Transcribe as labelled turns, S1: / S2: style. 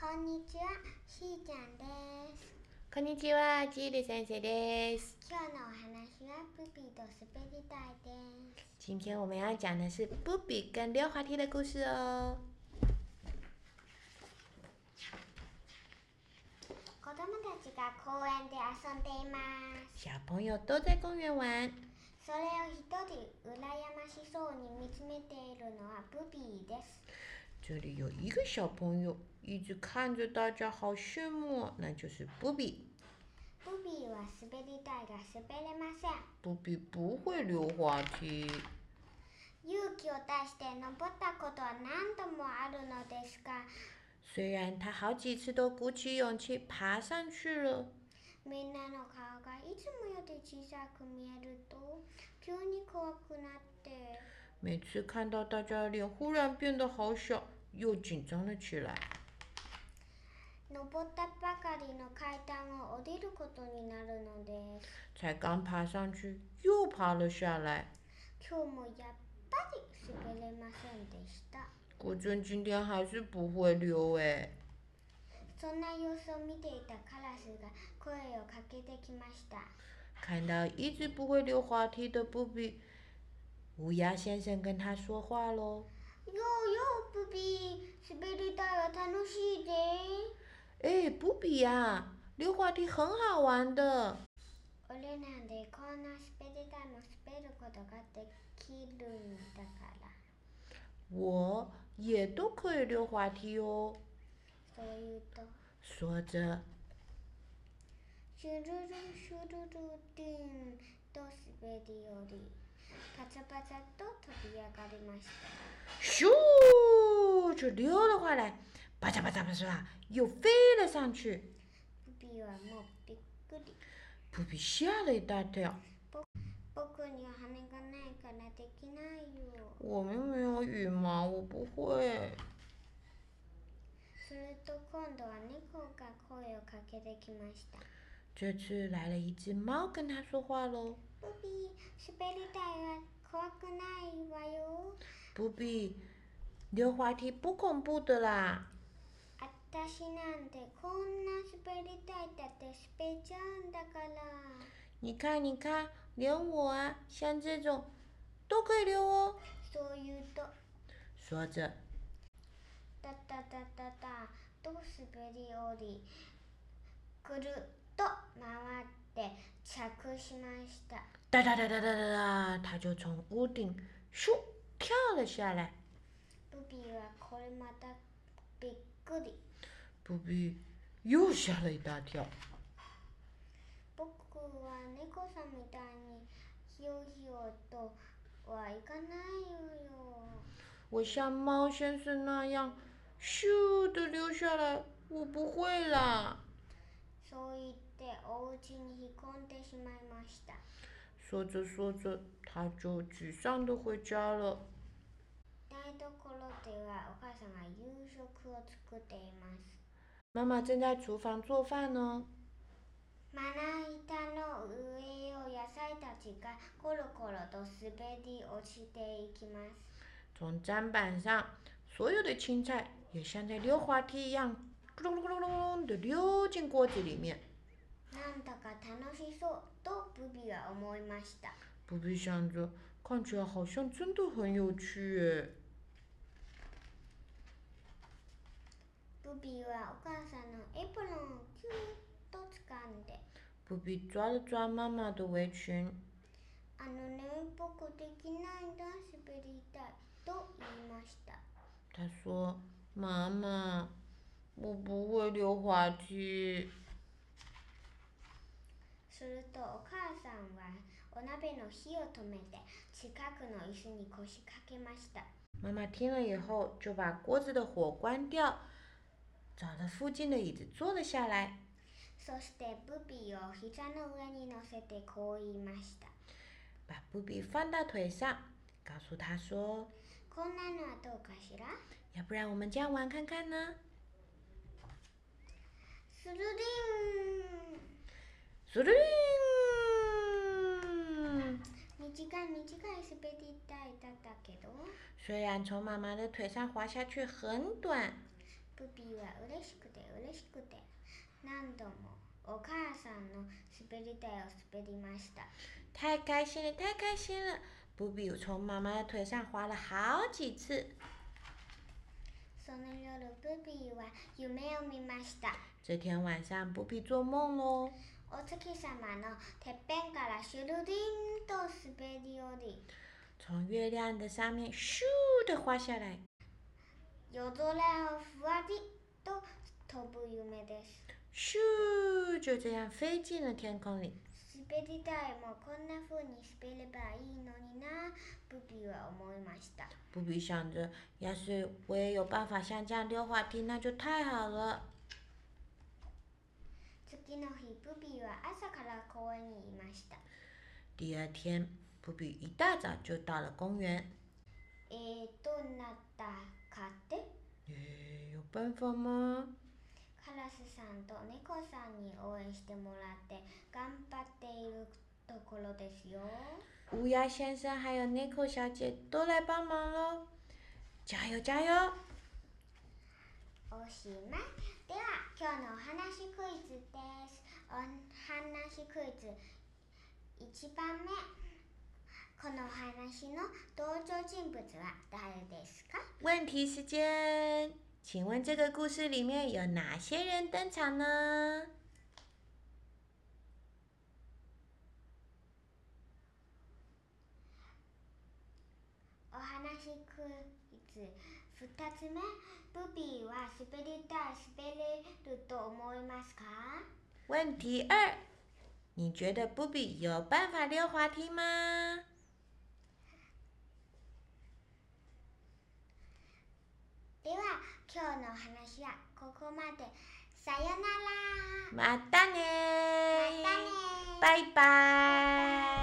S1: こんにちは、しーちゃんです。
S2: こんにちは、ちえる先生です。
S1: 今日のお話はプピと滑り台です。
S2: 今天我们要讲的是布比跟溜滑梯的故事哦。
S1: 子供たちが公園で遊んでいます。
S2: 小朋友都在公园玩，
S1: それを一人羨ましそうに見つめているのはプピーです。
S2: 这里有一个小朋友一直看着大家，好羡慕哦。那就是布比，
S1: プピーは滑り台が滑れません。
S2: 布比不会溜滑梯。
S1: 勇気を出して登ったことは何度もあるのですが、
S2: 虽然他好几次都鼓起勇气爬上去了，
S1: みんなの顔がいつもより小さく見えると、急に怖くなって。
S2: 每次看到大家的脸忽然变得好小，又紧张了起来。
S1: 登ったばかりの階段を降りることになるのです。
S2: 才刚爬上去，又爬了下来。
S1: 今日もやっぱり滑れませんでした。
S2: 果真今天还是不会溜诶。
S1: そんな様子を見ていたカラスが声をかけてきました。
S2: 看到一直不会溜滑梯的布比，乌鸦先生跟他说话喽。
S1: ようよう、プピー、滑り台は楽しいで。
S2: 哎，布比呀、溜滑梯很好玩的。
S1: 俺なんでこんな滑り台も滑ることができるんだから。
S2: 我也都可以溜滑梯哦。
S1: そう言うと、
S2: 说着，
S1: シュルルシュルルルンと滑り降りパツパツと飛び上がりました
S2: 咻就溜了回来，巴嚓巴嚓巴嚓，又飞了上去。
S1: プピーはもうびっくり
S2: 布比吓了一大跳，
S1: 僕には羽がないからできないよ
S2: 我们没有羽毛，我不会。
S1: すると今度は猫が声をかけてきました
S2: 这次来了一只猫跟他说话喽。
S1: プピー滑り台は怖くないわよ
S2: 不必，溜滑梯不恐怖的啦。
S1: あたしなんてこんな滑り台だって滑っちゃうんだから
S2: 你看，你看，连我啊，像这种都可以溜哦。
S1: そう言うと
S2: 说着，
S1: だだだだだと滑り降りくるっと回って着しました
S2: 哒哒哒哒哒哒哒，他就从屋顶咻跳了下来。
S1: ブビーはこれまたびっくり
S2: 不必，又吓了一大跳。
S1: 僕は猫さんみたいにひよひよとはいかないよ
S2: 我像猫先生那样咻的溜下来，我不会啦。
S1: そう言ってお家に引っ込んでしまいました
S2: 说着说着，他就沮丧的回家了。
S1: 台所ではお母さんが夕食を作っています
S2: 妈妈正在厨房做饭呢。
S1: まな板の上を野菜たちがコロコロと滑り落ちていきます。
S2: 从砧板上，所有的青菜也像在溜滑梯一样，咕隆咕隆咕隆咕隆的溜进锅子里面。
S1: なんだか楽しそうとブビは思いました。
S2: 不必想着，看起来好像真的很有趣耶。
S1: ブビはお母さんのエプロンをキューッと掴んで、
S2: 不必抓了抓妈妈的围裙，
S1: あのね、僕できないんだ、滑りたいと言いました。
S2: 他说：“妈妈，我不会溜滑梯。
S1: するとお母さんはお鍋の火を止めて近くの椅子に腰掛けました。”
S2: 妈妈听了以后，就把锅子的火关掉，找了附近的椅子坐了下来。
S1: そしてブビーを膝の上に乗せてこう言いました。
S2: 把布比放到腿上，告诉他说
S1: こんなのはどうかしら：“
S2: 要不然我们这样玩看看呢
S1: スルリ
S2: 嗖溜溜
S1: ン短い短い滑り台だったけど、
S2: 虽然从妈妈的腿上滑下去很短，
S1: プピーは嬉しくて嬉しくて何度もお母さんの滑り台を滑りました
S2: 太开心了，太开心了！布比从妈妈的腿上滑了好几次。
S1: その夜プピーは夢を見ました
S2: 这天晚上，布比做梦喽，
S1: お月様のてっぺんからシュルリンと滑り降り
S2: 从月亮的上面咻的滑下来。
S1: 夜空をふわりと飛ぶ夢です
S2: 咻，就这样飞进了天空里。
S1: 滑り台もこんな風に滑ればいいのになプピーは思いました
S2: 布比想着，要是我也有办法像这样溜滑梯，那就太好了。
S1: 次の日プピーは朝から公園にいました
S2: 第二天，布比一大早就到了公园。
S1: えー、どうなったかって
S2: 诶，有办法吗？
S1: カラスさんと猫さんに応援してもらって頑張っているところですよ
S2: 乌鸦先生还有 Nico 小姐都来帮忙喽，加油加油！
S1: おしまいでは今日のお話クイズですお話クイズ1番目このお話の登場人物は誰ですか
S2: 问题时间，请问这个故事里面有哪些人登场呢？
S1: お話クイズ2つ目ブビーは滑り台滑れると思いますか
S2: 问题二，你觉得布比有办法溜滑梯吗？
S1: では今日のお話はここまでさよなら
S2: 马达呢？
S1: またね
S2: 拜拜。